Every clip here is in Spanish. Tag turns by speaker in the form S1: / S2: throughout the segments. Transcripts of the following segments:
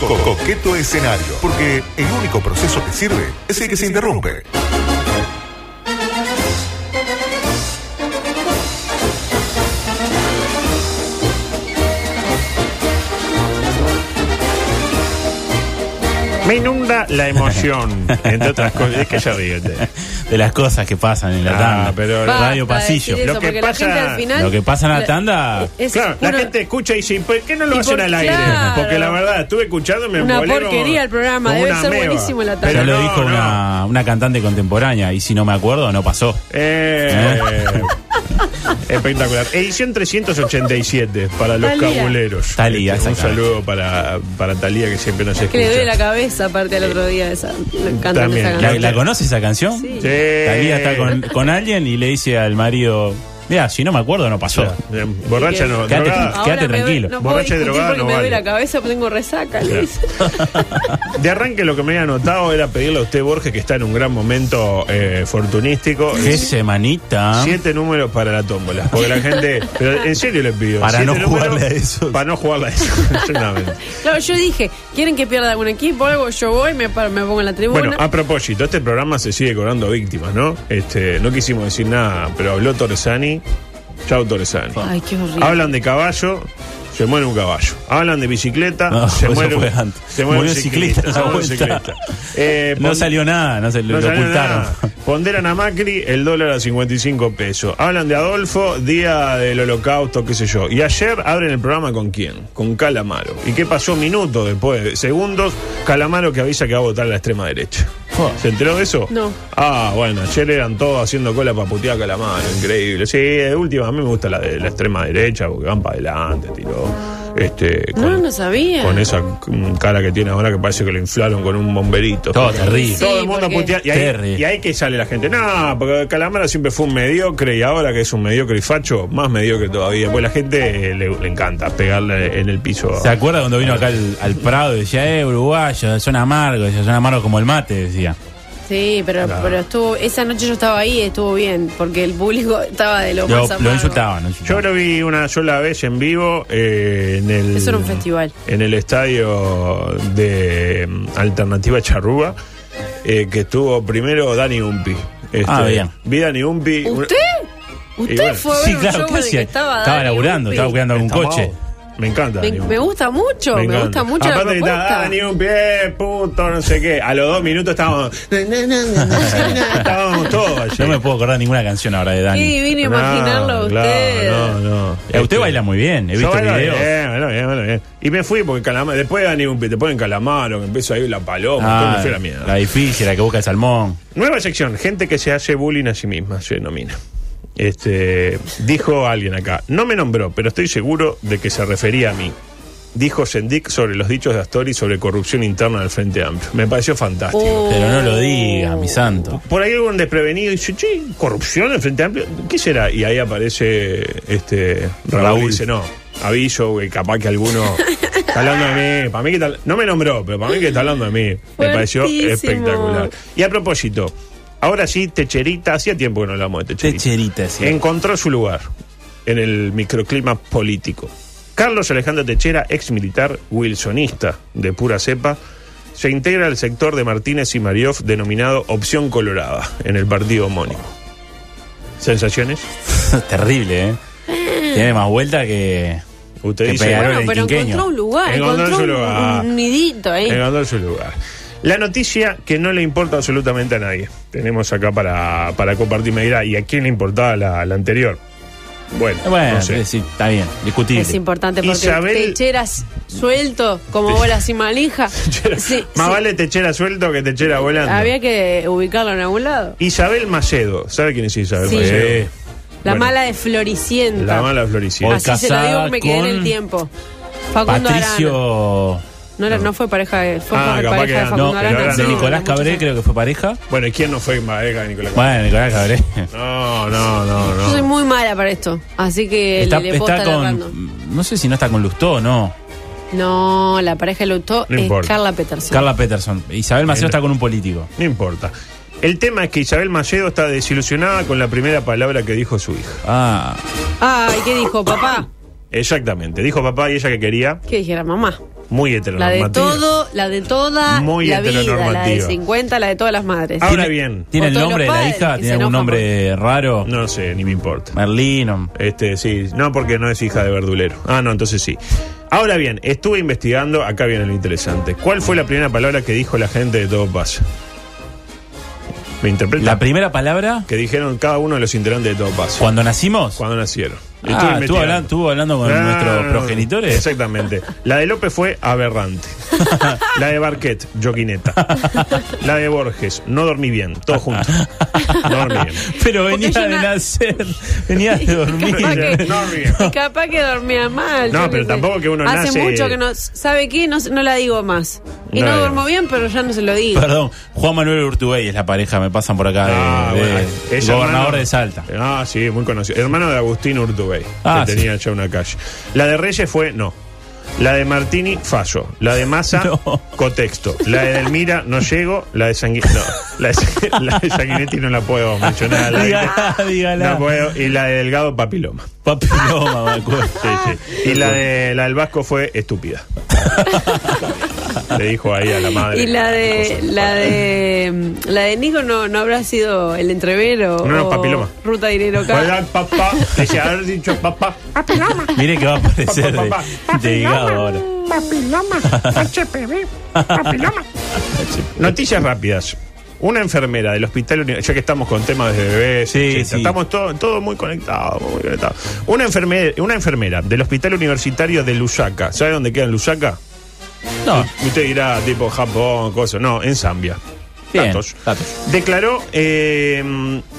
S1: Co- Coqueto escenario, porque el único proceso que sirve es el que se interrumpe.
S2: Me inunda la emoción, entre otras cosas. ¿De qué se ríe usted?
S3: de las cosas que pasan en la
S2: Ah,
S3: tanda.
S2: pero-
S4: Basta
S3: Radio
S4: de
S3: Pasillo.
S4: decir eso,
S2: Lo que
S4: porque
S2: pasa-
S4: la gente al final,
S3: Lo que pasa en la
S4: la-
S3: tanda.
S4: es
S2: Claro, la
S4: una-
S2: gente escucha y dice, ¿por qué no lo
S4: Y
S2: hacen
S4: por-
S2: al aire?
S4: claro.
S2: Porque la verdad, estuve escuchando y me
S4: Una
S2: embolé como-
S4: porquería el programa,
S2: como
S4: debe
S2: una
S4: ser
S2: ameba.
S4: buenísimo la tanda.
S2: Pero
S3: ya lo
S2: no,
S3: dijo
S2: no.
S3: una, una cantante contemporánea. Y si no me acuerdo, no pasó.
S2: Eh, espectacular. Edición 387 para los
S4: Talía.
S2: cabuleros.
S3: Talía,
S2: Un
S3: exactamente.
S2: saludo para, para Talía que siempre nos escucha.
S4: que le duele la cabeza aparte al otro día esa, cantando
S2: También.
S4: esa
S3: ¿La,
S4: canción.
S3: la conoces esa canción?
S4: Ah, Sí.
S2: Sí.
S3: Talía está con, con alguien y le dice al marido: Mira, si no me acuerdo, no pasó.
S2: Eh, Borracha no,
S3: Quédate
S2: drogada.
S4: Ahora
S3: Quédate
S4: me duele-
S3: tranquilo.
S4: No
S2: Borracha y
S4: puedo discutir
S2: drogada
S4: porque
S2: no
S4: me duele
S2: vale.
S4: la cabeza, pero tengo resaca. le
S2: Claro.
S4: dice.
S2: De arranque lo que me había anotado era pedirle a usted, Borges, que está en un gran momento eh, fortunístico.
S3: Qué semanita.
S2: Siete números para la tómbola. Porque la gente. Pero en serio les pido.
S3: Para
S2: siete
S3: no jugarle
S2: números
S3: a eso.
S2: Para no jugarle a eso. exactamente.
S4: Claro, yo dije, ¿quieren que pierda algún equipo o algo? Yo voy, me, paro, me pongo en la tribuna.
S2: Bueno, a propósito, este programa se sigue cobrando víctimas, ¿no? Este, no quisimos decir nada, pero habló Torresani. Chau, Torresani.
S4: Ay, qué horrible.
S2: Hablan de caballo. Se muere un caballo. Hablan de bicicleta.
S3: No,
S2: se
S3: Ah, eso
S2: muere un,
S3: fue antes.
S2: se muere
S3: Murió
S2: un
S3: un
S2: ciclista.
S3: ciclista en
S2: se
S3: la
S2: muere un
S3: vuelta.
S2: ciclista. Eh,
S3: No
S2: pon-
S3: salió nada, no se lo,
S2: No
S3: lo
S2: salió
S3: ocultaron.
S2: nada. Ponderan a Macri el dólar a 55 pesos. Hablan de Adolfo, día del holocausto, qué sé yo. Y ayer abren el programa con quién? Con Calamaro. ¿Y qué pasó minutos después, segundos? Calamaro que avisa que va a votar a la extrema derecha.
S3: Oh.
S2: ¿Se enteró de eso?
S4: No.
S2: Ah, bueno, ayer eran todos haciendo cola para putear a Calamaro, increíble. Sí, de última, a mí me gusta la de la extrema derecha porque van para adelante, tiró. Este,
S4: No, no sabía.
S2: Con esa mm, cara que tiene ahora que parece que lo inflaron con un bomberito.
S3: Todo terrible.
S4: Sí,
S2: Todo el mundo
S4: porque-
S2: putea. Y ahí,
S3: Terry.
S2: y ahí que sale la gente. No, porque Calamaro siempre fue un mediocre y ahora que es un mediocre y facho, más mediocre todavía. Pues la gente eh, le, le encanta pegarle en el piso.
S3: ¿Se acuerda cuando vino acá al, al Prado y decía, eh, uruguayo, son amargos, decía, son amargos como el mate, decía.
S4: Sí, pero,
S2: Claro.
S4: pero estuvo, esa noche yo estaba ahí, estuvo bien, porque el público estaba de lo,
S3: Lo,
S4: más amargo.
S3: lo insultaban. lo
S2: Yo
S3: insultaban.
S2: lo vi una sola vez en vivo eh, en el.
S4: Eso era un festival.
S2: En el estadio de mm, Alternativa Charrúa, eh, que estuvo primero Dani Umpi. Este,
S3: Ah, bien.
S2: Vi Dani Umpi. una-
S4: ¿Usted? ¿Usted
S2: bueno,
S4: fue a ver
S3: Sí,
S4: un
S3: claro,
S4: show en el
S3: casi.
S4: que estaba
S3: Estaba,
S4: Dani
S3: laburando,
S4: Umpi?
S3: estaba cuidando un
S2: Está
S3: coche.
S2: mal. Me encanta.
S4: Me,
S2: Dani Umpi.
S4: me gusta mucho, me,
S2: encanta.
S4: gusta mucho la
S2: Aparte que está,
S4: propuesta.
S2: "Ah, ni un pie, puto, no sé qué. A los dos minutos estábamos. na, na, na, na, na, na, estábamos todos allí.
S3: No me puedo acordar ninguna canción ahora de
S4: Qué
S3: Dani.
S4: divino
S2: No,
S4: imaginarlo a
S2: claro,
S4: usted.
S2: No, no. Este,
S3: Eh, usted baila muy bien, he
S2: Yo
S3: visto
S2: bailo
S3: videos.
S2: Bien, bailo bien, bailo bien. Y me fui porque calamar, después de Dani Umpi, te ponen calamaro, que empiezo a ir la paloma, después me
S3: Ah,
S2: fui a la mierda.
S3: la difícil, la que busca el salmón.
S2: Nueva sección, gente que se hace bullying a sí misma, se denomina. Este, dijo alguien acá, no me nombró, pero estoy seguro de que se refería a mí. Dijo Sendik sobre los dichos de Astori sobre corrupción interna del Frente Amplio. Me pareció fantástico.
S4: Oh.
S3: Pero no lo diga, mi santo.
S2: Por ahí algún desprevenido dice, che, corrupción en el Frente Amplio, ¿qué será? Y ahí aparece este Raúl,
S3: Raúl.
S2: y dice, no, aviso, güey, capaz que alguno está hablando de mí. Para mí que está- no me nombró, pero para mí que está hablando de mí. Me pareció
S4: Fuertísimo.
S2: espectacular. Y a propósito, ahora sí, Techerita, hacía tiempo que no hablamos de Techerita.
S3: Techerita, sí.
S2: Encontró su lugar en el microclima político. Carlos Alejandro Techera, ex militar wilsonista de pura cepa, se integra al sector de Martínez y Marioff denominado Opción Colorada en el partido homónimo. ¿Sensaciones?
S3: Terrible, ¿eh? Tiene más vuelta que.
S2: Usted
S3: Qué
S2: dice.
S3: pena.
S2: bueno,
S4: Bueno,
S3: el
S4: pero
S3: quinqueño.
S4: encontró un lugar,
S2: Encontró
S4: encontró,
S2: su
S4: un-
S2: lugar.
S4: un nidito ahí.
S2: encontró su lugar. La noticia que no le importa absolutamente a nadie. Tenemos acá para, para compartir. Me dirá, ¿y a quién le importaba la, la anterior? Bueno,
S3: Eh, Bueno,
S2: no sé.
S3: sí, está bien, discutible.
S4: Es importante porque
S2: Isabel-
S4: Techeras suelto como bola sin manija.
S2: Techera.
S4: Sí,
S2: Más
S4: sí.
S2: vale techera suelto que techera volando.
S4: Había que ubicarlo en algún lado.
S2: Isabel Macedo. ¿Sabe quién es Isabel
S4: Sí.
S2: Macedo?
S4: La
S2: Bueno,
S4: mala de Floricienta.
S2: La mala floricienta.
S3: Hoy
S4: Así se lo digo,
S3: casada
S4: me quedé en el
S3: con
S4: tiempo. Facundo Arana.
S3: Patricio.
S4: No, era- no fue pareja de, fue
S2: Ah, capaz
S4: pareja
S2: que
S4: de
S2: no.
S4: Facundo
S3: No,
S2: pero
S4: Arana.
S2: ahora
S3: de
S2: no.
S3: Nicolás
S4: mucho
S3: Cabré,
S4: tiempo.
S3: creo que fue pareja.
S2: Bueno, ¿y quién no fue pareja de Nicolás Castro?
S3: Bueno, Nicolás Cabré.
S2: No, no, no,
S4: Yo soy
S2: no.
S4: muy mala para esto, así que
S3: Está,
S4: le, le puedo
S3: está
S4: estar errando.
S3: con. No sé si no está con Lustó o no.
S4: No, la pareja de Lutó
S2: No
S4: es
S2: importa.
S4: Carla Peterson.
S3: Carla Peterson. Isabel Maceo
S2: Bien.
S3: está con un político.
S2: No importa. El tema es que Isabel Macedo está desilusionada con la primera palabra que dijo su hija.
S3: Ah,
S4: Ay, ¿qué dijo papá?
S2: Exactamente. Dijo papá y ella que quería.
S4: ¿Qué dijera mamá?
S2: Muy
S4: La
S2: heteronormativa.
S4: de todo, la de toda
S2: Muy
S4: la vida, la de
S2: heteronormativa.
S4: 50, la de todas las madres.
S2: Ahora bien,
S3: ¿Tiene
S4: O
S3: el
S4: todos
S3: nombre de
S4: los
S3: la
S4: padres
S3: hija?
S4: que
S3: ¿Tiene
S4: se
S3: algún
S4: enojan
S3: nombre raro?
S2: no sé, ni me importa.
S3: Merlino.
S2: Este, sí, no porque no es hija de verdulero. Ah, no, entonces sí. Ahora bien, estuve investigando, acá viene lo interesante. ¿Cuál fue la primera palabra que dijo la gente de Todo Pasa? ¿Me interpreta?
S3: La primera palabra,
S2: que dijeron cada uno de los integrantes de Todo Pasa.
S3: cuando nacimos.
S2: Cuando nacieron.
S3: Ah, estuvo hablando- estuvo hablando con nuestros progenitores.
S2: Exactamente. La de López fue aberrante. La de Barquet, joguineta. La de Borges, no dormí bien, todo junto. No dormí bien.
S3: Pero
S4: Porque
S3: venía
S4: yo
S3: de
S4: na-
S3: nacer, venía de dormir.
S4: Capaz que,
S2: No, bien.
S4: y capaz que dormía mal.
S2: Ah. No,
S4: yo qué
S2: pero
S4: sé.
S2: tampoco que uno
S4: Hace
S2: nace-
S4: mucho que no. ¿Sabe qué? No, no la digo más. Y
S2: No la
S4: no,
S2: digo
S4: duermo
S2: más.
S4: bien, pero ya no se lo digo.
S3: Perdón, Juan Manuel Urtubey es la pareja, me pasan por acá, de,
S2: Ah,
S3: Eh, de-
S2: bueno, es
S3: gobernador
S2: hermano-
S3: de Salta.
S2: Ah, sí, muy conocido. Hermano de Agustín Urtubey,
S3: Ah,
S2: que
S3: sí.
S2: tenía ya una calle. La de Reyes fue no. La de Martini, fallo. La de Massa,
S3: No.
S2: contexto. La de Delmira, no llego. La de Sanguinetti, no. La de, Sa- la de Sanguinetti no la puedo mencionar. La de-
S3: Dígala, dígala.
S2: no puedo. Y la de Delgado, papiloma.
S3: Papiloma, me acuerdo.
S2: Sí, sí. Y la, de, la del Vasco fue estúpida. Le dijo ahí a la madre.
S4: Y la de
S2: Cosas.
S4: la de la de Nico no, no habrá sido el entrevero
S2: No, no,
S4: o
S2: papiloma.
S4: ruta dinero
S2: Hola,
S4: acá.
S2: papá. Decía, haber dicho papá.
S3: Mire que va a aparecer de,
S2: Papá,
S3: de hígado ahora.
S5: Papiloma, HPV, papiloma.
S2: Noticias rápidas. Una enfermera del hospital, uni- ya que estamos con temas de bebés,
S3: Sí,
S2: etcétera,
S3: sí.
S2: estamos todo, todo muy conectados, muy conectados. Una enfermera, una enfermera del hospital universitario de Lusaka, ¿sabe dónde queda en Lusaka?
S3: No,
S2: Usted dirá tipo Japón, cosas, no, en Zambia.
S3: Bien,
S2: Datos.
S3: datos.
S2: Declaró eh,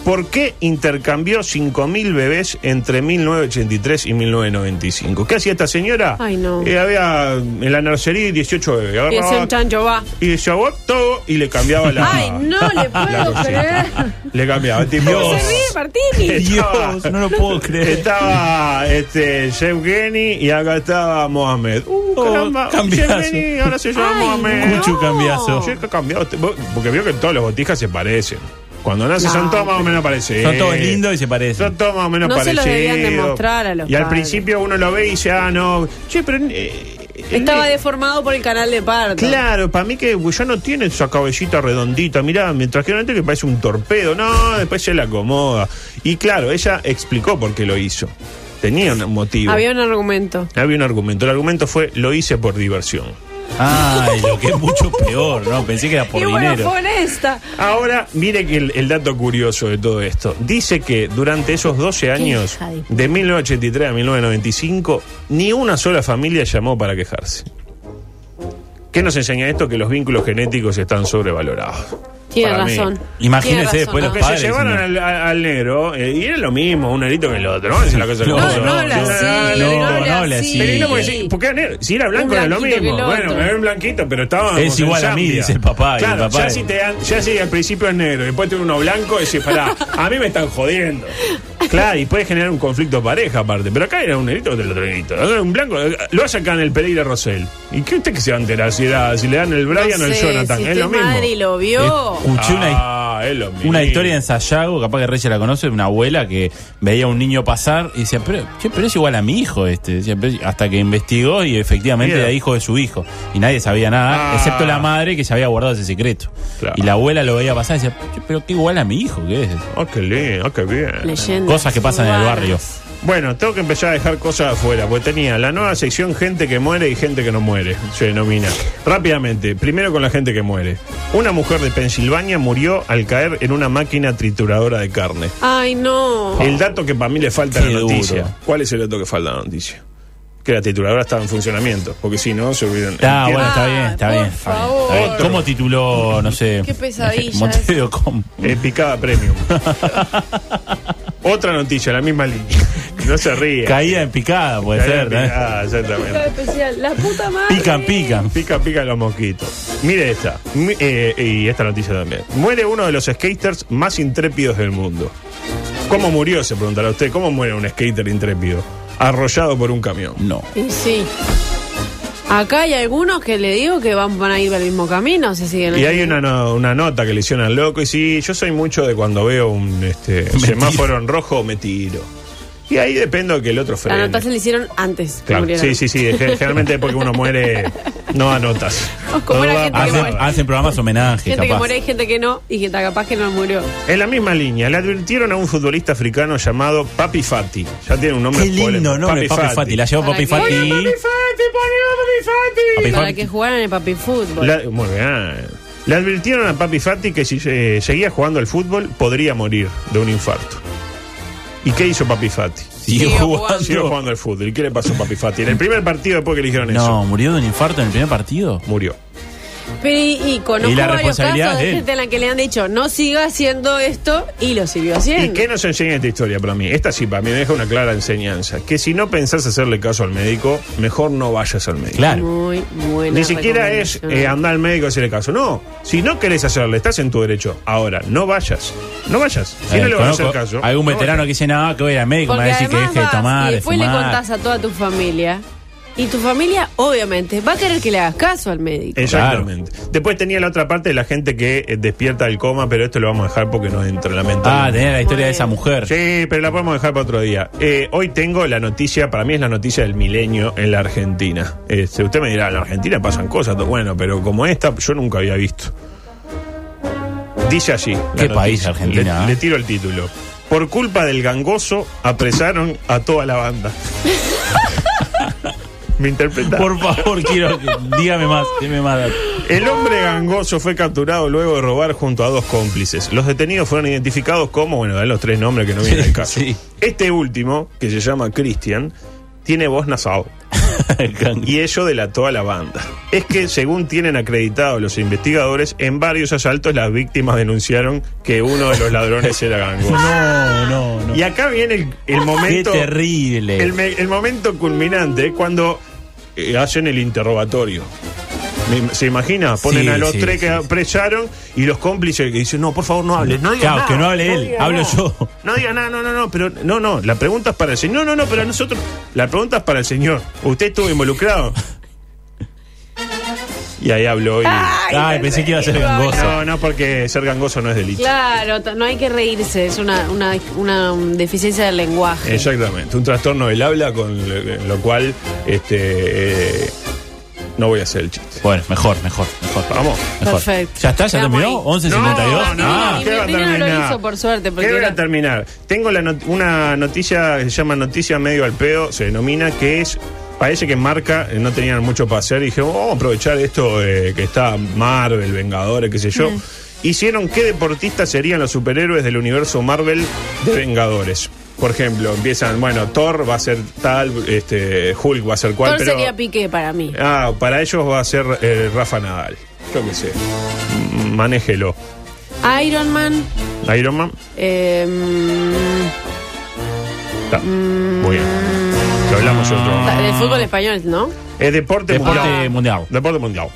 S2: por qué intercambió 5.000 bebés entre 1983 y 1995. ¿Qué hacía esta señora?
S4: Ay, no.
S2: Eh, había en la nursería 18 bebés.
S4: Y
S2: Agarraba-
S4: ese chancho va.
S2: y se todo y le cambiaba la.
S4: Ay, no le
S2: la
S4: puedo
S2: cosita.
S4: creer.
S2: Le cambiaba. Tipo,
S4: No se ríe Martini.
S3: Dios, no lo puedo creer.
S2: Estaba este Yevgeny y acá estaba Mohamed. Uh,
S3: Oh,
S2: caramba.
S3: cambiazo.
S2: Yevgeny ahora se llama
S4: Ay,
S2: Mohamed.
S4: no.
S3: Cuchu cambiazo.
S2: Sí, que ha cambiado. Te- vos- Porque vio que todos los botijas se parecen. Cuando nacen son todos más o menos parecidos.
S3: Son todos lindos y se
S2: Son
S3: parecen.
S2: todos más o menos
S4: No se
S2: parecidos.
S4: los debían de mostrar a los
S2: Y al
S4: padres.
S2: principio uno lo ve y dice, ah, no. Che, pero. eh,
S4: Estaba
S2: eh,
S4: deformado por el canal de parto.
S2: Claro, para mí que ya no tiene esa cabellita redondita. Mirá, me trajeron antes que parece un torpedo. No, después se la acomoda. Y claro, ella explicó por qué lo hizo. Tenía un motivo.
S4: Había un argumento.
S2: Había un argumento. El argumento fue, lo hice por diversión.
S3: Ay, lo que es mucho peor, ¿no? Pensé que era por
S4: y bueno,
S3: dinero.
S4: fue honesta.
S2: Ahora, mire que el, el dato curioso de todo esto. Dice que durante esos 12 años,
S4: hija de-
S2: de 1983 a 1995, ni una sola familia llamó para quejarse. ¿Qué nos enseña esto? Que los vínculos genéticos están sobrevalorados.
S4: Tiene
S2: Para mí.
S4: razón.
S3: Imagínese
S4: Tiene
S3: después
S4: ¿no?
S3: los
S2: que
S3: padres,
S2: se llevaron
S3: ¿no?
S2: al, al- al negro eh, y era lo mismo, un negrito que el otro. No, es la cosa como
S4: No,
S2: son.
S4: no habla
S2: No,
S4: así.
S2: no,
S4: No,
S2: no,
S3: no
S4: habla
S3: habla
S4: así.
S3: así.
S2: Pero no, porque si- porque era negro. si era blanco era lo
S4: blanquito que
S2: mismo.
S4: el
S2: Bueno,
S4: otro.
S2: me ven blanquito, pero estaba.
S3: Es igual a mí, dice el papá, y el
S2: Claro,
S3: papá
S2: ya,
S3: es-
S2: si te dan- ya si al principio es negro, después tiene uno blanco, decís, pará, a mí me están jodiendo. Claro, y puede generar un conflicto de pareja aparte. Pero acá era un negrito del otro negrito. Ahora Un blanco, eh, lo hace acá en el Pereira Rosell. ¿Y qué usted que se va a enterar si, era- si le dan el
S4: No
S2: Brian o el
S4: sé,
S2: Jonathan?
S4: si
S2: es
S4: tu
S2: lo mismo.
S4: madre lo vio.
S3: Escuché una,
S2: Ah, es lo mismo.
S3: una historia en Sayago, capaz que Reyes la conoce, de una abuela que veía a un niño pasar y decía, pero, che, pero es igual a mi hijo este. Decía, "Pero es-". hasta que investigó y efectivamente
S2: Mira.
S3: era hijo de su hijo. Y nadie sabía nada,
S2: Ah.
S3: excepto la madre que se había guardado ese secreto.
S2: Claro.
S3: Y la abuela lo veía pasar y decía, "Che, pero qué igual a mi hijo, ¿qué es?
S2: Ah, qué lindo, ah, qué bien.
S4: Leyendas
S3: Cosas que pasan en el
S4: urbanas.
S3: barrio.
S2: Bueno, tengo que empezar a dejar cosas afuera, porque tenía la nueva sección gente que muere y gente que no muere, se denomina. Rápidamente, primero con la gente que muere. Una mujer de Pensilvania murió al caer en una máquina trituradora de carne.
S4: Ay, no.
S2: El dato que para mí le falta a
S3: Qué
S2: la noticia.
S3: duro.
S2: ¿Cuál es el dato que falta a la noticia? Que la trituradora estaba en funcionamiento, porque si no, se hubieran...
S3: Ah,
S2: Entiendo.
S3: bueno, está
S4: Ay,
S3: bien, está
S4: por
S3: bien. está bien, está bien.
S2: favor.
S3: ¿Cómo tituló, no sé?
S4: Qué pesadilla
S3: Montevideo Com.
S2: Eh, picada premium. Otra noticia, la misma línea. No se ríe.
S3: Caída en picada, puede
S2: Caída
S3: ser. ¿eh? ¿no?
S2: picada,
S4: Cada
S2: Ah, exactamente.
S4: especial. La puta madre.
S3: Pican, pican.
S2: Pica, pica los mosquitos. Mire esta. Mi- eh, y esta noticia también. Muere uno de los skaters más intrépidos del mundo. ¿Cómo murió? Se preguntará usted. ¿Cómo muere un skater intrépido? Arrollado por un camión.
S3: No.
S4: Y sí. Acá hay algunos que le digo que van van a ir al mismo camino si siguen
S2: Y
S4: así.
S2: hay una, no- una nota que le hicieron al loco. Y sí, yo soy mucho de cuando veo un este,
S3: Me
S2: semáforo en rojo, me tiro. Y ahí depende de que el otro
S4: La
S2: frene.
S4: nota se le hicieron antes. que
S2: Claro,
S4: murieran.
S2: sí, sí, sí. gen- Generalmente después que uno muere, no anotas.
S4: Como
S2: No
S4: era
S2: va-
S4: gente que
S2: pasa-
S3: Hacen,
S4: muere.
S3: hacen programas homenaje,
S4: Gente que
S3: capaz.
S4: muere, hay gente que no, y gente capaz que no murió.
S2: En la misma línea, le advirtieron a un futbolista africano llamado Papi Fati. Ya tiene un nombre
S3: Qué lindo
S2: polémico.
S3: nombre, Papi Fati. La llevó
S4: Para
S3: Papi
S4: que-
S3: Fati.
S4: Hola, Papi
S3: Papi
S4: Para
S3: Fati.
S4: que jugaran el papi fútbol.
S2: La- muy bien. Le advirtieron a Papi Fati que si eh, seguía jugando al fútbol podría morir de un infarto. ¿Y qué hizo Papi Fati?
S3: Siguió
S4: Siguió
S3: jugando.
S2: Siguió jugando al fútbol. ¿Y qué le pasó a Papi Fati? En el primer partido después que le dijeron
S3: No,
S2: eso,
S3: murió de un infarto en el primer partido.
S2: murió.
S4: Pero y, y conozco
S3: Y la
S4: varios
S3: responsabilidad
S4: casos
S3: es
S4: de
S3: de
S4: gente a la que le han dicho, no siga haciendo esto, y lo siguió
S2: ¿Y
S4: haciendo.
S2: qué nos enseña esta historia para mí? Esta sí, para mí me deja una clara enseñanza. Que si no pensás hacerle caso al médico, mejor no vayas al médico.
S3: Claro. Eh,
S4: Muy buena
S2: Ni siquiera es eh,
S4: recomendación.
S2: andar al médico a hacerle caso. No, si no querés hacerle, estás en tu derecho. Ahora, no vayas. No vayas. Si
S3: Eh,
S2: no le vas a hacer
S3: conozco
S2: caso.
S3: Algún
S2: no
S3: veterano
S2: vayas.
S3: que dice, no, que voy a ir al médico, me va a
S4: Porque
S3: decir que
S4: además
S3: deje de
S4: vas
S3: tomar,
S4: y
S3: de
S4: después
S3: fumar.
S4: le contás a toda tu familia. Y tu familia, obviamente, va a querer que le hagas caso al médico.
S2: Exactamente. Después tenía la otra parte de la gente que eh, despierta del coma, pero esto lo vamos a dejar porque nos entra
S3: Ah,
S2: lamentablemente.
S3: tenía la historia de esa
S4: Bueno.
S3: mujer.
S2: Sí, pero la podemos dejar para otro día. Eh, hoy tengo la noticia, para mí es la noticia del milenio en la Argentina. Este, usted me dirá, en la Argentina pasan cosas, to- bueno, pero como esta yo nunca había visto. Dice así. la
S3: Qué país, Argentina,
S2: Le-
S3: ¿eh?
S2: le tiro el título. Por culpa del gangoso, apresaron a toda la banda. ¿Me interpreta?
S3: Por favor, quiero que- dígame más, dime más.
S2: El hombre gangoso fue capturado luego de robar junto a dos cómplices. Los detenidos fueron identificados como, bueno, dan los tres nombres que no vienen al caso.
S3: Sí.
S2: Este último, que se llama Christian, tiene voz nasal y ello delató a la banda. Es que, según tienen acreditado los investigadores, en varios asaltos las víctimas denunciaron que uno de los ladrones era gangoso.
S3: No, no, no.
S2: Y acá viene el, el
S3: Qué
S2: momento...
S3: terrible.
S2: El, me- el momento culminante es cuando eh, hacen el interrogatorio. Me im- ¿Se imagina? Ponen
S3: Sí,
S2: a los
S3: sí,
S2: tres que
S3: sí, sí.
S2: apresaron y los cómplices que dicen, no, por favor, no hables, no digas
S3: Claro,
S2: nada.
S3: que no hable él,
S2: digas
S3: hablo
S2: nada.
S3: yo.
S2: No diga nada, no, no, no, pero no, no, la pregunta es para el señor. No, no, no, pero nosotros, la pregunta es para el señor. ¿Usted estuvo involucrado? y ahí habló y...
S3: Ay, pensé que iba a ser
S4: Ay,
S3: gangoso.
S2: No, no, porque ser gangoso no es delito.
S4: Claro, t- no hay que reírse, es una, una, una um, deficiencia del lenguaje.
S2: Exactamente, un trastorno del habla con lo, lo cual este eh, no voy a hacer el chiste.
S3: Bueno, mejor, mejor, mejor.
S2: Vamos.
S3: Mejor.
S4: Perfecto.
S3: ¿Ya está? ¿Ya
S4: Quedamos
S3: terminó?
S4: ahí.
S3: ¿11.52?
S4: No, no,
S3: ah,
S4: no, no. Martino lo hizo, por suerte, porque
S2: ¿Qué voy a
S4: era-
S2: terminar? Tengo la not- una noticia que se llama Noticia Medio al Pedo, se denomina, que es. Parece que marca, eh, no tenían mucho para hacer, y dije, "Oh, vamos a aprovechar esto eh, que está Marvel, Vengadores, qué sé yo.
S4: Mm.
S2: Hicieron qué deportistas serían los superhéroes del universo Marvel de Vengadores. Por ejemplo, empiezan, bueno, Thor va a ser tal, este, Hulk va a ser cual,
S4: Thor
S2: pero.
S4: sería piqué para mí.
S2: Ah, para ellos va a ser eh, Rafa Nadal. Yo qué sé. M- Manéjelo.
S4: Iron Man.
S2: Iron Man.
S4: eh, mm,
S2: Está. Muy bien. Lo hablamos en otro momento.
S4: el fútbol español, ¿no?
S2: Es deporte,
S3: Deporte
S2: mundial.
S3: mundial.
S2: Deporte mundial.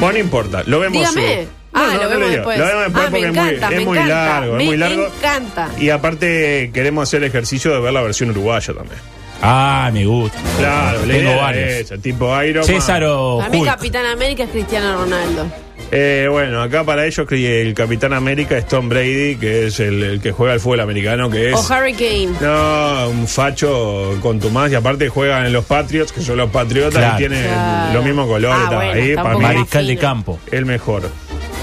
S2: Bueno, no importa. Lo vemos.
S4: Mm. Dígame.
S2: eh.
S4: Ah,
S2: No, no,
S4: lo,
S2: no
S4: vemos
S2: digo.
S4: después.
S2: Lo vemos después
S4: Ah, me
S2: porque es muy-
S4: encanta,
S2: es
S4: me
S2: muy,
S4: encanta.
S2: largo. Es
S4: Me
S2: muy largo.
S4: encanta.
S2: Y aparte queremos hacer el ejercicio de ver la versión uruguaya también.
S3: Ah, me gusta.
S2: Claro, la
S3: Tengo
S2: idea
S3: varios.
S2: es esa, tipo Iron Man.
S3: César o
S4: Para mí
S3: Hulk.
S4: Capitán América es Cristiano Ronaldo.
S2: Eh, bueno, acá para ellos el Capitán América es Tom Brady, que es el, el que juega al fútbol americano, que es...
S4: O Harry Kane.
S2: No, un facho con tu más y aparte juegan en los Patriots, que son los Patriotas
S3: Claro.
S2: y tienen
S4: Claro.
S2: los mismos colores.
S4: Ah,
S2: está
S4: bueno,
S2: ahí, para
S4: tampoco
S2: mí,
S4: más.
S3: Mariscal de
S4: Imagino.
S3: campo.
S2: el mejor.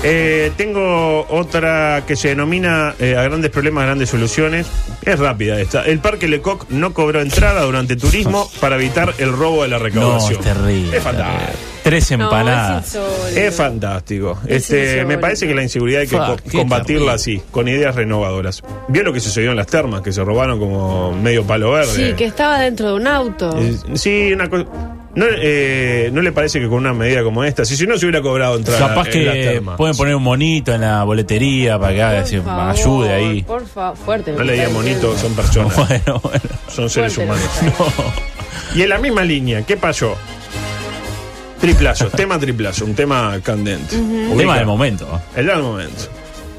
S2: Eh, tengo otra que se denomina eh, A grandes problemas, grandes soluciones. Es rápida esta. El Parque Lecoq no cobró entrada durante turismo para evitar el robo de la
S3: No,
S2: recaudación.
S3: es terrible.
S2: Es fantástico.
S3: Tres
S4: No,
S3: empanadas.
S4: es insólito.
S2: Es fantástico.
S4: Es
S2: Este, me
S4: insólito.
S2: parece que la inseguridad hay que
S3: Fuck,
S2: co-
S3: qué terrible.
S2: combatirla así, con ideas renovadoras. ¿Vio lo que sucedió en las termas? Que se robaron como medio palo verde.
S4: Sí, que estaba dentro de un auto.
S2: Eh, Sí, una cosa. No, eh, ¿No le parece que con una medida como esta, si, si no se hubiera cobrado entrada
S3: Capaz
S2: en las
S3: que
S2: termas?
S3: pueden poner un monito en la boletería para
S2: ah,
S3: que haga-
S4: Por
S3: se-
S4: favor,
S3: ayude ahí.
S4: Por favor, fuerte.
S2: No le diga monito, son personas,
S3: Bueno, bueno.
S2: son seres
S4: Fuerte,
S2: humanos.
S4: no.
S2: Y en la misma línea, ¿qué pasó? Triplazo, tema triplazo, un tema candente. Ubica-
S3: Tema del momento.
S2: El del momento.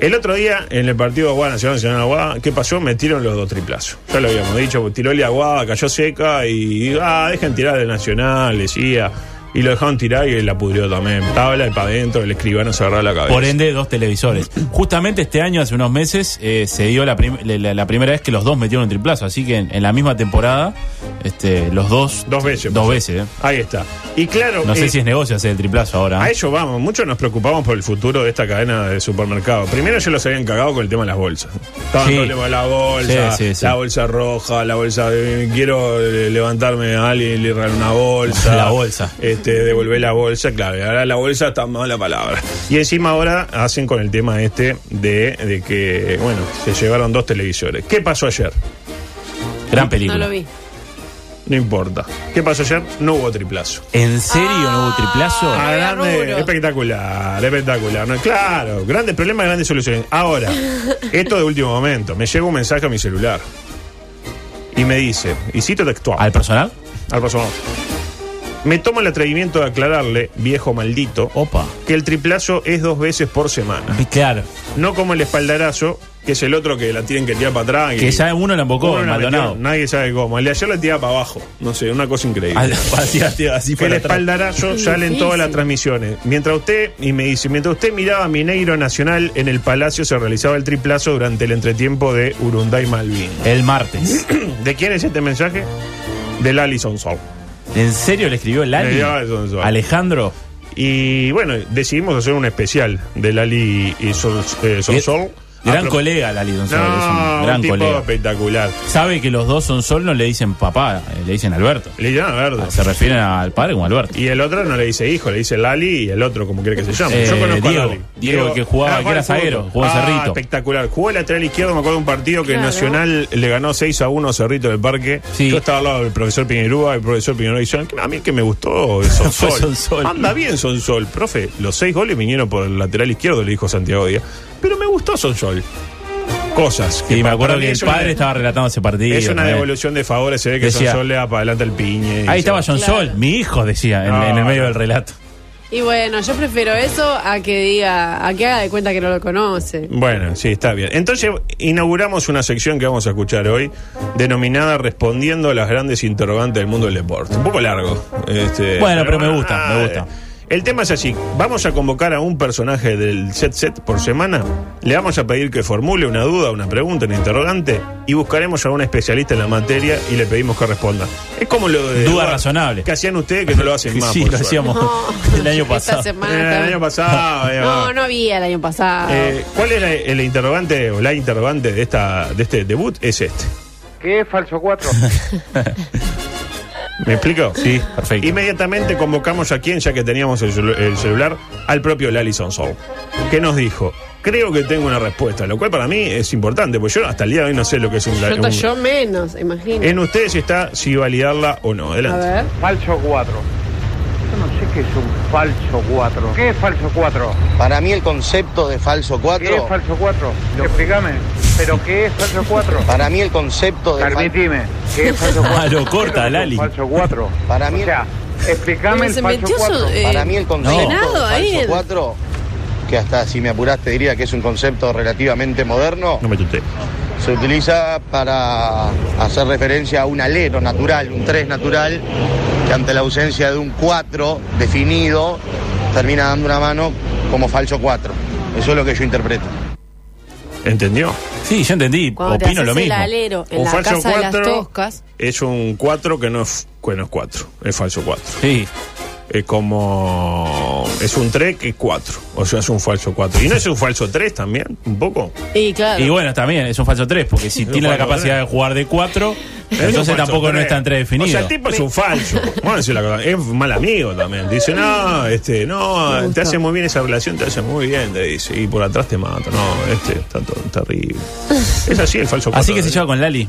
S2: El otro día, en el partido Aguada Nacional Nacional Aguada, ¿qué pasó? Metieron los dos triplazos. Ya lo pues, habíamos dicho, tiró el Aguada, cayó seca y. Ah, dejen tirar el Nacional, decía. Y lo dejaron tirar y él la pudrió también. Tabla y para adentro, el escribano se agarró la cabeza.
S3: Por ende, dos televisores. Justamente este año, hace unos meses, eh, se dio la, prim- la- la- la primera vez que los dos metieron un triplazo. Así que en, en la misma temporada, este, los dos.
S2: Dos veces.
S3: Dos
S2: pasó.
S3: veces, eh.
S2: Ahí está. Y claro,
S3: No sé
S2: eh,
S3: si es negocio hacer el triplazo ahora. ¿eh?
S2: a ello vamos. Muchos nos preocupamos por el futuro de esta cadena de supermercados. Primero ellos los habían cagado con el tema de las bolsas. Estaban
S3: Sí.
S2: con el tema de la bolsa,
S3: Sí, sí, sí.
S2: la bolsa roja, la bolsa de quiero eh, levantarme a alguien y le regalo una bolsa.
S3: La bolsa.
S2: Este, devolver la bolsa, claro. Y ahora la bolsa está mala palabra. Y encima ahora hacen con el tema este de, de que, bueno, se llevaron dos televisores. ¿Qué pasó ayer?
S3: Gran
S4: No
S3: película.
S4: lo vi.
S2: No importa. ¿Qué pasó ayer? No hubo triplazo.
S3: ¿En serio no hubo triplazo?
S4: Ah,
S2: Ah, grande,
S4: rubro.
S2: espectacular, espectacular. No, claro, grandes problemas, grandes soluciones. Ahora, esto de último momento, me llega un mensaje a mi celular y me dice, y cito textual,
S3: ¿Al
S2: al,
S3: personal?
S2: personal, me tomo el atrevimiento de aclararle, viejo maldito,
S3: Opa.
S2: que el triplazo es dos veces por semana,
S3: Claro.
S2: no como el espaldarazo, que es el otro que la tienen que tirar para atrás. y-
S3: Que ya uno la embocó,
S2: Uno la metió,
S3: Maldonado.
S2: nadie sabe cómo. El de ayer la tiraba para abajo, no sé, una cosa increíble.
S3: Al- Así, así, así
S2: Que el
S3: para atrás.
S2: espaldarazo
S4: Es
S2: sale en todas
S4: difícil.
S2: las transmisiones. Mientras usted, y me dice, mientras usted miraba a Mineiro Nacional en el Palacio, se realizaba el triplazo durante el entretiempo de Urunday Malvin.
S3: El martes.
S2: ¿De quién es este mensaje? Del Alison Soul.
S3: ¿En serio le escribió
S2: Le
S3: Lali?
S2: dio eso.
S3: Alejandro.
S2: Y bueno, decidimos hacer un especial del Ali y Sol, eh, Sonsol. A
S3: Gran
S2: pro-
S3: colega Lali González.
S2: No,
S3: es un gran
S2: un tipo
S3: colega.
S2: espectacular.
S3: Sabe que los dos son sol, no le dicen papá, eh, le dicen Alberto.
S2: Le dicen, ah, Verde.
S3: Se refieren al padre como Alberto.
S2: Y el otro no le dice hijo, le dice Lali y el otro, como quiere que se llame.
S3: Eh,
S2: Yo conozco
S3: Diego,
S2: a Lali. Ah,
S3: Diego, el que jugaba,
S2: jugaba
S3: que era
S2: al fútbol.
S3: zaguero, jugaba en
S2: Ah,
S3: Cerrito.
S2: Espectacular. Jugó el lateral izquierdo, me acuerdo de un partido que
S4: Claro.
S2: Nacional le ganó 6 a 1 a Cerrito del Parque.
S3: Sí.
S2: Yo estaba al lado del profesor Piñerúa, el profesor Piñerúa dice, a mí el que me gustó es
S3: Fue
S2: Sonsol.
S3: Sonsol.
S2: Anda bien Sonsol, profe. Los seis goles vinieron por el lateral izquierdo, le dijo Santiago Díaz. Pero me gustó Sonsol. Cosas.
S3: Y me
S2: pa- para
S3: acuerdo
S2: mí
S3: que el
S2: es una-
S3: padre estaba relatando ese partido.
S2: Es una
S3: ¿no?
S2: devolución de favores, se ve que
S3: Decía-
S2: Sonsol le da para adelante el piñe. y
S3: Ahí
S2: se
S3: estaba
S2: va.
S3: John
S4: Claro.
S3: Sol, mi hijo, decía, en,
S2: No,
S3: en el medio
S2: no.
S3: del relato.
S4: Y bueno, yo prefiero eso a que diga, a que haga de cuenta que no lo conoce.
S2: Bueno, sí, está bien. Entonces inauguramos una sección que vamos a escuchar hoy, denominada Respondiendo a las grandes interrogantes del mundo del deporte. Un poco largo. este,
S3: Bueno, pero me gusta, me gusta.
S2: El tema es así, vamos a convocar a un personaje del set set por semana, le vamos a pedir que formule una duda, una pregunta, un interrogante y buscaremos a un especialista en la materia y le pedimos que responda. Es como lo de...
S3: Duda razonable.
S2: Que hacían ustedes que no lo hacen más.
S3: sí,
S2: por
S3: lo
S2: suerte.
S3: hacíamos el año pasado.
S4: Esta semana
S2: Eh, el
S4: también.
S2: año pasado. eh,
S4: No, no había el año pasado.
S2: eh, ¿Cuál es la- el interrogante o la interrogante de esta de este debut? Es este.
S6: ¿Qué es falso 4?
S2: ¿Me explico?
S3: Sí, perfecto.
S2: Inmediatamente convocamos a quien, ya que teníamos el, celu- el celular, al propio Lalison Soul, que nos dijo, creo que tengo una respuesta, lo cual para mí es importante, porque yo hasta el día de hoy no sé lo que es un...
S4: yo,
S2: un-
S4: yo menos, imagino.
S2: En ustedes está si validarla o no.
S4: A
S2: Adelante.
S4: ver.
S6: Falso 4. Yo no sé qué es un falso 4. ¿Qué es falso 4?
S7: Para mí el concepto de falso
S6: ¿Qué es
S7: 4,
S6: falso 4? Explícame. ¿Pero qué es falso 4?
S7: para mí el concepto de fal-
S6: Permitime. ¿Qué es falso 4?
S3: Ah, lo corta, Lali.
S6: Falso 4.
S7: Para mí-
S6: O sea, explícame
S4: Pero
S6: el
S4: se
S6: falso
S4: metió su-
S6: 4.
S4: eh,
S7: para mí el concepto
S4: Venado
S7: de
S4: ahí,
S7: falso
S4: el-
S7: 4, que hasta si me apuraste diría que es un concepto relativamente moderno,
S2: No me tuté.
S7: se utiliza para hacer referencia a un alero natural, un 3 natural, que ante la ausencia de un 4 definido termina dando una mano como falso 4. Eso es lo que yo interpreto.
S2: ¿Entendió?
S3: Sí, yo entendí,
S4: Cuando te
S3: opino
S4: haces
S3: lo mismo.
S4: el alero en
S2: un
S4: la
S2: falso
S4: casa de las
S2: 4
S4: toscas,
S2: es un 4 que no es, que no es 4, es falso 4.
S3: Sí,
S2: es Eh, como. Es un 3 que 4. O sea, es un falso 4. ¿Y no es un falso 3 también? ¿Un poco?
S4: y claro,
S3: y bueno, también es un falso 3, porque si
S2: un
S3: tiene la
S2: falso
S3: capacidad de jugar de 4,
S2: Es un
S3: entonces
S2: falso
S3: tampoco no
S2: tres.
S3: es tan 3 definido.
S2: O sea, el tipo es un falso. Vamos a decir la verdad, Es mal amigo también. Dice, no, este,
S4: Me
S2: no,
S4: gustó.
S2: te hace muy bien esa relación, te hace muy bien, te dice. Y por atrás te mata. No, este está todo terrible. Es así el falso 4.
S3: Así que se lleva con Lali.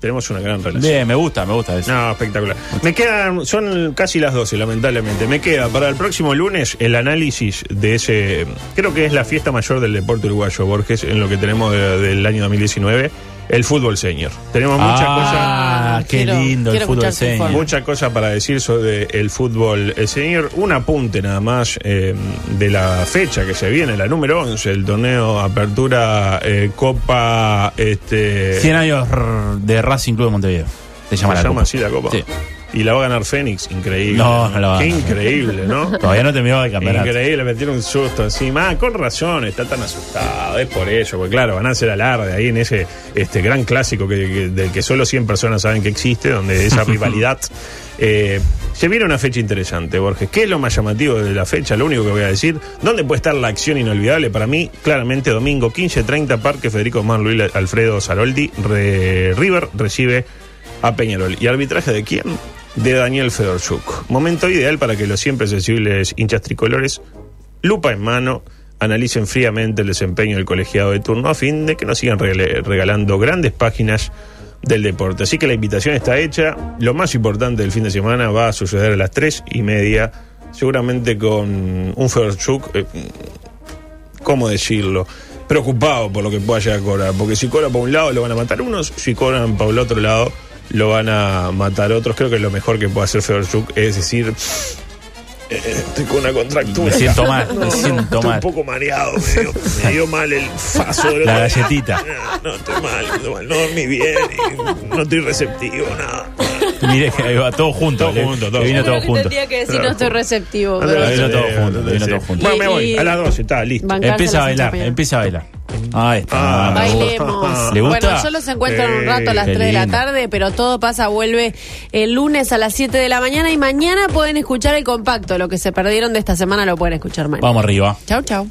S2: Tenemos una gran relación.
S3: Bien, me gusta, me gusta eso.
S2: No, espectacular. Me quedan, son casi las 12, lamentablemente. Me queda para el próximo lunes el análisis de ese, creo que es la fiesta mayor del deporte uruguayo, Borges, en lo que tenemos de- del año 2019, el fútbol senior. Tenemos muchas cosas.
S3: ah, qué
S4: Quiero-
S3: lindo
S4: quiero
S3: el fútbol
S4: escuchar tu
S3: senior.
S4: informe.
S2: Muchas cosas para decir sobre el fútbol eh, senior. Un apunte nada más eh, de la fecha que se viene, la número 11, el torneo Apertura eh, Copa. Este,
S3: 100 años rrr, de Racing Club de Montevideo. Se
S2: ¿se
S3: llama la
S2: llama
S3: copa.
S2: así la Copa?
S3: Sí.
S2: Y la va a ganar Fénix, increíble.
S3: No, no la va a
S2: Qué
S3: ganar.
S2: increíble, ¿no?
S3: Todavía no terminó el campeonato.
S2: Increíble, le metieron un susto encima. Ah, con razón, está tan asustado. Es por ello, porque claro, van a hacer alarde ahí en ese este gran clásico que, que- del que solo 100 personas saben que existe, donde esa rivalidad. eh, se viene una fecha interesante, Borges. ¿Qué es lo más llamativo de la fecha? Lo único que voy a decir. ¿Dónde puede estar la acción inolvidable? Para mí, claramente, domingo 15.30, Parque Federico Mar Luis Alfredo Saroldi. Re- River recibe a Peñarol. ¿Y arbitraje de quién? De Daniel Fedorchuk. Momento ideal para que los siempre sensibles hinchas tricolores, lupa en mano, analicen fríamente el desempeño del colegiado de turno a fin de que nos sigan regale- regalando grandes páginas del deporte. Así que la invitación está hecha. Lo más importante del fin de semana va a suceder a las tres y media, seguramente con un Fedorchuk eh, ¿cómo decirlo? Preocupado por lo que pueda llegar a cobrar. Porque si cobra por un lado lo van a matar unos, si cobran por el otro lado lo van a matar otros. Creo que lo mejor que puede hacer Fedorchuk es decir. "Eh, Estoy con una contractura.
S3: Me siento mal, me siento
S2: Estoy
S3: mal.
S2: un poco mareado, me dio, me dio mal el faso. del
S3: La
S2: otro día".
S3: galletita.
S2: Ah, No, no, estoy mal, estoy mal, no dormí bien, y no estoy receptivo, nada.
S3: Mire, que ahí va todo junto. ¿eh?
S2: Todo junto, todo
S3: que vino
S2: junto.
S3: todo junto.
S4: Tendría que decir no estoy receptivo.
S2: No te
S4: pero-
S3: Ahí vino todo
S2: receptivo,
S3: junto,
S2: no te
S3: ahí vino todo
S2: receptivo.
S3: junto.
S2: Bueno, me voy,
S4: Y-
S2: a las 12, está, listo.
S4: Bancarse
S3: Empieza a
S4: las hinchas
S3: bailar,
S4: Peñarol.
S3: empieza a bailar. Ahí está.
S2: Ah,
S3: me gusta.
S4: Bailemos.
S3: ¿Le gusta?
S4: Bueno, yo los encuentro en un rato a las
S3: Qué
S4: 3 de la
S3: lindo.
S4: tarde, pero todo pasa, vuelve el lunes a las 7 de la mañana y mañana pueden escuchar el compacto. Lo que se perdieron de esta semana lo pueden escuchar mañana.
S3: Vamos arriba.
S4: Chau, chau.